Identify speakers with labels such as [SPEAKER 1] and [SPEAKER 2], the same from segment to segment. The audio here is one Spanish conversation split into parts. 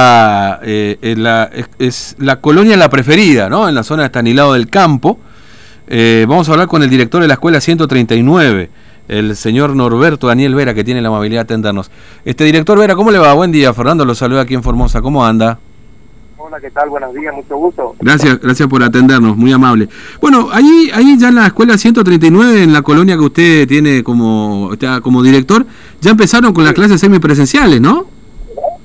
[SPEAKER 1] la, eh, en la- es, es la colonia La Preferida, ¿no? En la zona de Estanilado del Campo. Eh, vamos a hablar con el director de la escuela 139, el señor Norberto Daniel Vera, que tiene la amabilidad de atendernos. Este director Vera, ¿cómo le va? Buen día, Fernando, lo saluda aquí en Formosa. ¿Cómo anda?
[SPEAKER 2] Hola, ¿qué tal? Buenos días, mucho gusto.
[SPEAKER 1] Gracias, gracias por atendernos, muy amable. Bueno, ahí, ahí ya en la escuela 139, en la colonia que usted tiene como, está como director, ya empezaron con las clases semipresenciales, ¿no?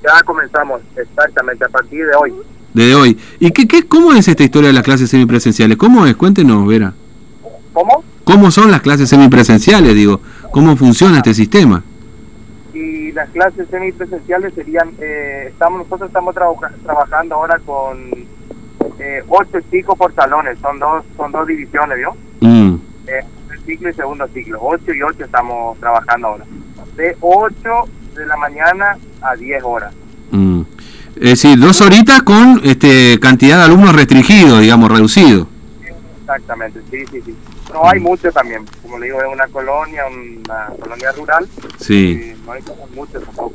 [SPEAKER 2] Ya comenzamos, exactamente, a partir de hoy.
[SPEAKER 1] Desde hoy. ¿Y qué, qué, cómo es esta historia de las clases semipresenciales? ¿Cómo es? Cuéntenos, Vera.
[SPEAKER 2] ¿Cómo?
[SPEAKER 1] ¿Cómo son las clases semipresenciales, digo? ¿Cómo funciona este sistema?
[SPEAKER 2] Y las clases semipresenciales serían, eh, estamos nosotros estamos traboca- trabajando ahora con eh, ocho chicos por salones, son dos, son dos divisiones, ¿vio?
[SPEAKER 1] Mm,
[SPEAKER 2] Eh, primer ciclo y segundo ciclo, ocho y ocho estamos trabajando ahora. De ocho de la mañana a diez horas.
[SPEAKER 1] mm. Es decir, dos horitas con este cantidad de alumnos restringido, digamos, reducido.
[SPEAKER 2] Exactamente, sí, sí, sí. No hay mucho también, como le digo, es una colonia, una colonia rural,
[SPEAKER 1] Sí.
[SPEAKER 2] eh, no hay mucho tampoco.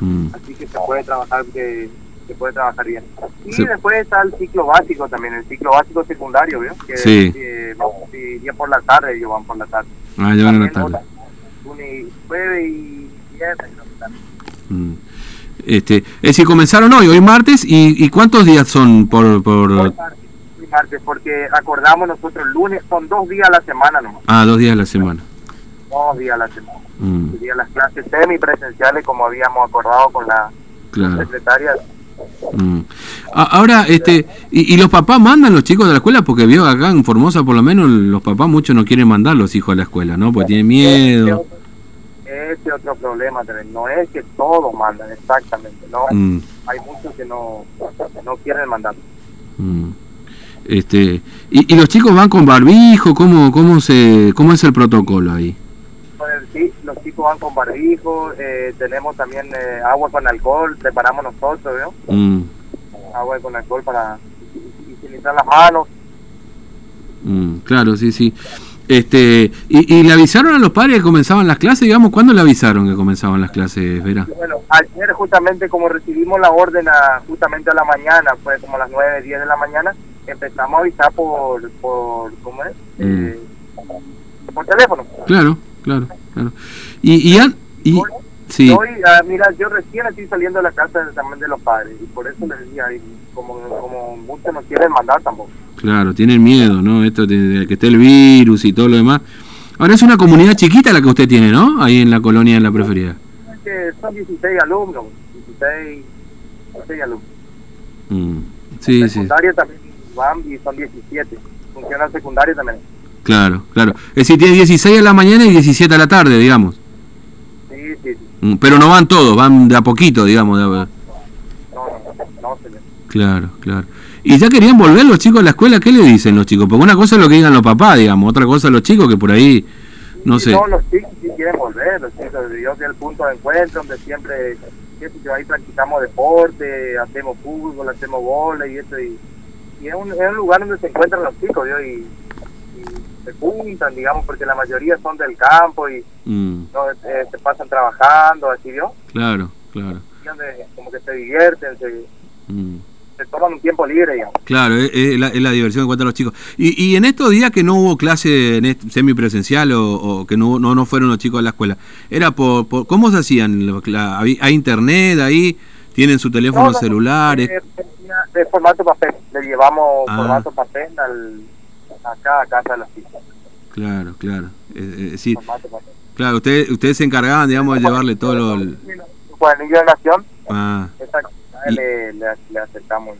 [SPEAKER 1] mm.
[SPEAKER 2] así que se puede trabajar de- se puede trabajar bien y
[SPEAKER 1] Sí.
[SPEAKER 2] después está el ciclo básico también el ciclo básico secundario ¿vio? que eh,
[SPEAKER 1] Sí.
[SPEAKER 2] que vamos, iría por la tarde ellos van por la tarde
[SPEAKER 1] Ah, ya van a la
[SPEAKER 2] También
[SPEAKER 1] tarde.
[SPEAKER 2] hola, lunes y jueves y viernes creo que también.
[SPEAKER 1] Mm. Este, es decir, comenzaron hoy, hoy martes, y, y ¿cuántos días son por,
[SPEAKER 2] Hoy
[SPEAKER 1] por...?
[SPEAKER 2] martes, hoy martes, porque acordamos nosotros el lunes son dos días a la semana nomás
[SPEAKER 1] Ah, dos días a la semana.
[SPEAKER 2] dos días a la semana
[SPEAKER 1] Mm,
[SPEAKER 2] serían las clases semipresenciales como habíamos acordado con la
[SPEAKER 1] claro.
[SPEAKER 2] secretaria
[SPEAKER 1] Mm. A- Ahora, este, y, y los papás mandan los chicos de la escuela? Porque veo acá en Formosa, por lo menos, los papás muchos no quieren mandar los hijos a la escuela, ¿no? Porque tienen miedo.
[SPEAKER 2] Ese otro problema también, no es que todos mandan, exactamente, no,
[SPEAKER 1] Mm,
[SPEAKER 2] hay muchos que no, no quieren mandar.
[SPEAKER 1] mm. Este, y, y los chicos van con barbijo? ¿Cómo, cómo, se, ¿Cómo es el protocolo ahí?
[SPEAKER 2] Pues, sí, los chicos van con barbijo, eh, tenemos también eh, agua con alcohol, preparamos nosotros, ¿no?
[SPEAKER 1] Mm,
[SPEAKER 2] Agua con alcohol para utilizar las manos.
[SPEAKER 1] mm, claro, sí, sí. Este, y, y le avisaron a los padres que comenzaban las clases? Digamos, ¿cuándo le avisaron que comenzaban las clases, Vera?
[SPEAKER 2] Y bueno, ayer justamente como recibimos la orden a- justamente a la mañana, pues como a las 9, 10 de la mañana, empezamos a avisar por, por ¿cómo es? Eh, por teléfono.
[SPEAKER 1] Claro, claro, claro. Y, y, an- y sí,
[SPEAKER 2] Hoy, ah, mira, yo recién estoy saliendo de la casa de- también de los padres y por eso les decía, y como, como muchos no quieren mandar tampoco.
[SPEAKER 1] claro, tienen miedo, ¿no? Esto de, de que esté el virus y todo lo demás. Ahora es una comunidad chiquita la que usted tiene, ¿no? Ahí en la colonia, en la preferida.
[SPEAKER 2] Es que son 16 alumnos, 16, 16 alumnos.
[SPEAKER 1] Mm, Sí, sí,
[SPEAKER 2] secundario también van y son 17. Funciona el secundario también.
[SPEAKER 1] claro, claro. Es decir, tiene 16 a la mañana y 17 a la tarde, digamos.
[SPEAKER 2] Sí, sí, sí.
[SPEAKER 1] Mm, Pero no van todos, van de a poquito, digamos. de a-
[SPEAKER 2] No, no, no, señor.
[SPEAKER 1] Claro, claro. ¿Y ya querían volver los chicos a la escuela? ¿Qué le dicen los chicos? Porque una cosa es lo que digan los papás, digamos, otra cosa los chicos que por ahí, no
[SPEAKER 2] Sí,
[SPEAKER 1] sé.
[SPEAKER 2] No, los chicos sí quieren volver, los chicos. Yo soy el punto de encuentro donde siempre, qué sé yo, ahí practicamos deporte, hacemos fútbol, hacemos bola y eso. Y, y es, un, es un lugar donde se encuentran los chicos, yo, y, y se juntan, digamos, porque la mayoría son del campo y
[SPEAKER 1] Mm,
[SPEAKER 2] no, Eh, se pasan trabajando, así, ¿vio?
[SPEAKER 1] Claro, claro.
[SPEAKER 2] Y donde como que se divierten, se,
[SPEAKER 1] Mm.
[SPEAKER 2] se toman un tiempo libre, digamos.
[SPEAKER 1] Claro, es, es la, es la diversión que cuentan los chicos. Y, y en estos días que no hubo clase en est- semipresencial o, o que no, no no fueron los chicos a la escuela, era por, por- ¿cómo se hacían? Lo- la- ¿Hay hay internet ahí? ¿Tienen su teléfono
[SPEAKER 2] No, no,
[SPEAKER 1] celular?
[SPEAKER 2] eh, tenía- de formato papel, le llevamos
[SPEAKER 1] Ah.
[SPEAKER 2] formato papel al, acá a casa de los chicos,
[SPEAKER 1] Claro, claro. Es, es decir,
[SPEAKER 2] formato papel.
[SPEAKER 1] claro, ustedes, ustedes se encargaban, digamos, de llevarle todo lo... el-
[SPEAKER 2] Juanillo de Nación,
[SPEAKER 1] ah.
[SPEAKER 2] esa
[SPEAKER 1] Y-
[SPEAKER 2] le, le, le aceptamos.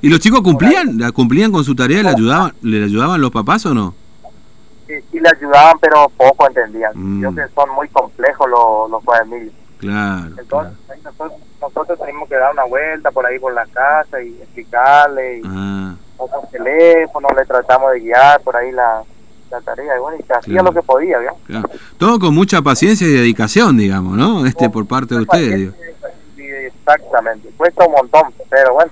[SPEAKER 1] ¿Y los chicos cumplían? ¿La ¿Cumplían con su tarea? ¿Le ayudaban, ¿le ayudaban los papás o no?
[SPEAKER 2] Sí, sí le ayudaban, pero poco entendían.
[SPEAKER 1] Mm.
[SPEAKER 2] Yo que son muy complejos los, los cuadernillos.
[SPEAKER 1] Claro. claro.
[SPEAKER 2] Entonces, ahí nosotros, nosotros tenemos que dar una vuelta por ahí por la casa y explicarle. Y,
[SPEAKER 1] Ah,
[SPEAKER 2] o por teléfono le tratamos de guiar por ahí la, la tarea. Y bueno, y se hacía
[SPEAKER 1] Claro.
[SPEAKER 2] lo que podía, ¿vio?
[SPEAKER 1] claro. Todo con mucha paciencia y dedicación, digamos, ¿no? Este, por parte de
[SPEAKER 2] eh,
[SPEAKER 1] ustedes, digo.
[SPEAKER 2] Sí, Exactamente. Cuesta un montón, pero bueno.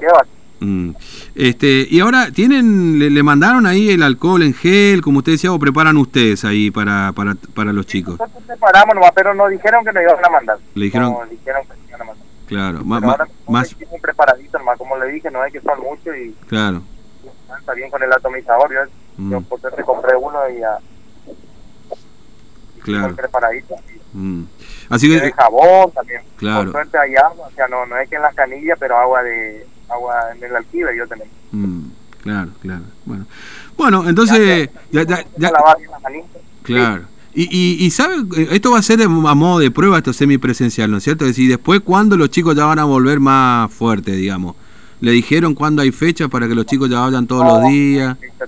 [SPEAKER 2] ¿Qué va?
[SPEAKER 1] Mm. Este, y ahora tienen, le, le mandaron ahí el alcohol en gel, como usted decía, o preparan ustedes ahí para, para, para los chicos.
[SPEAKER 2] Nosotros preparamos nomás, pero nos dijeron que nos iban a mandar.
[SPEAKER 1] Le dijeron-
[SPEAKER 2] Nos dijeron que nos iban a mandar.
[SPEAKER 1] Claro. ma-
[SPEAKER 2] Pero
[SPEAKER 1] ma-
[SPEAKER 2] ahora
[SPEAKER 1] más
[SPEAKER 2] un preparadito nomás, como le dije, no hay que usar mucho y
[SPEAKER 1] claro.
[SPEAKER 2] está bien con el atomizador. Yo,
[SPEAKER 1] Mm.
[SPEAKER 2] yo por suerte compré uno y ya.
[SPEAKER 1] Claro.
[SPEAKER 2] el preparadito. Y
[SPEAKER 1] Mm. Así que
[SPEAKER 2] tiene jabón también.
[SPEAKER 1] Claro.
[SPEAKER 2] Eh, Por suerte hay agua, o sea, no, no es que en las canillas, pero agua de agua en el alquiler yo también.
[SPEAKER 1] mm, claro, claro. Bueno. Bueno, entonces ya, ya, ya-
[SPEAKER 2] Lavar bien las canillas.
[SPEAKER 1] claro. Y, y, y sabe, Eh, esto va a ser a modo de prueba, esto semipresencial, ¿no es cierto? Es decir, después cuándo los chicos ya van a volver más fuerte, digamos. Le dijeron cuándo hay fecha para que los chicos ya vayan todos
[SPEAKER 2] No,
[SPEAKER 1] los días.
[SPEAKER 2] no existe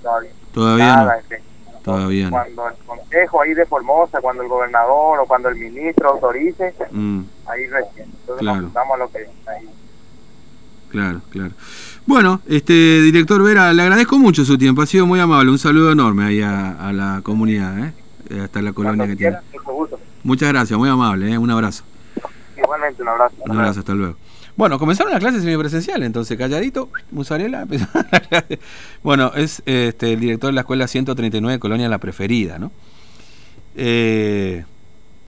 [SPEAKER 2] Todavía.
[SPEAKER 1] Todavía
[SPEAKER 2] Nada,
[SPEAKER 1] no.
[SPEAKER 2] este,
[SPEAKER 1] Todavía no.
[SPEAKER 2] Cuando el consejo ahí de Formosa, cuando el gobernador o cuando el ministro autorice,
[SPEAKER 1] Mm.
[SPEAKER 2] ahí recién. Entonces
[SPEAKER 1] Claro.
[SPEAKER 2] nos damos lo que ahí.
[SPEAKER 1] Claro, claro. Bueno, este director Vera, le agradezco mucho su tiempo, ha sido muy amable. Un saludo enorme ahí a, a la comunidad, ¿eh? Eh, hasta la colonia que tiene.
[SPEAKER 2] Cuando quieran, mucho gusto.
[SPEAKER 1] Muchas gracias, muy amable, ¿eh? un abrazo.
[SPEAKER 2] Igualmente, un abrazo.
[SPEAKER 1] Un abrazo, hasta luego. Bueno, comenzaron las clases semipresenciales, entonces calladito, musarela. empezaron las clases. bueno, es este, el director de la escuela 139 Colonia La Preferida, ¿no? Eh,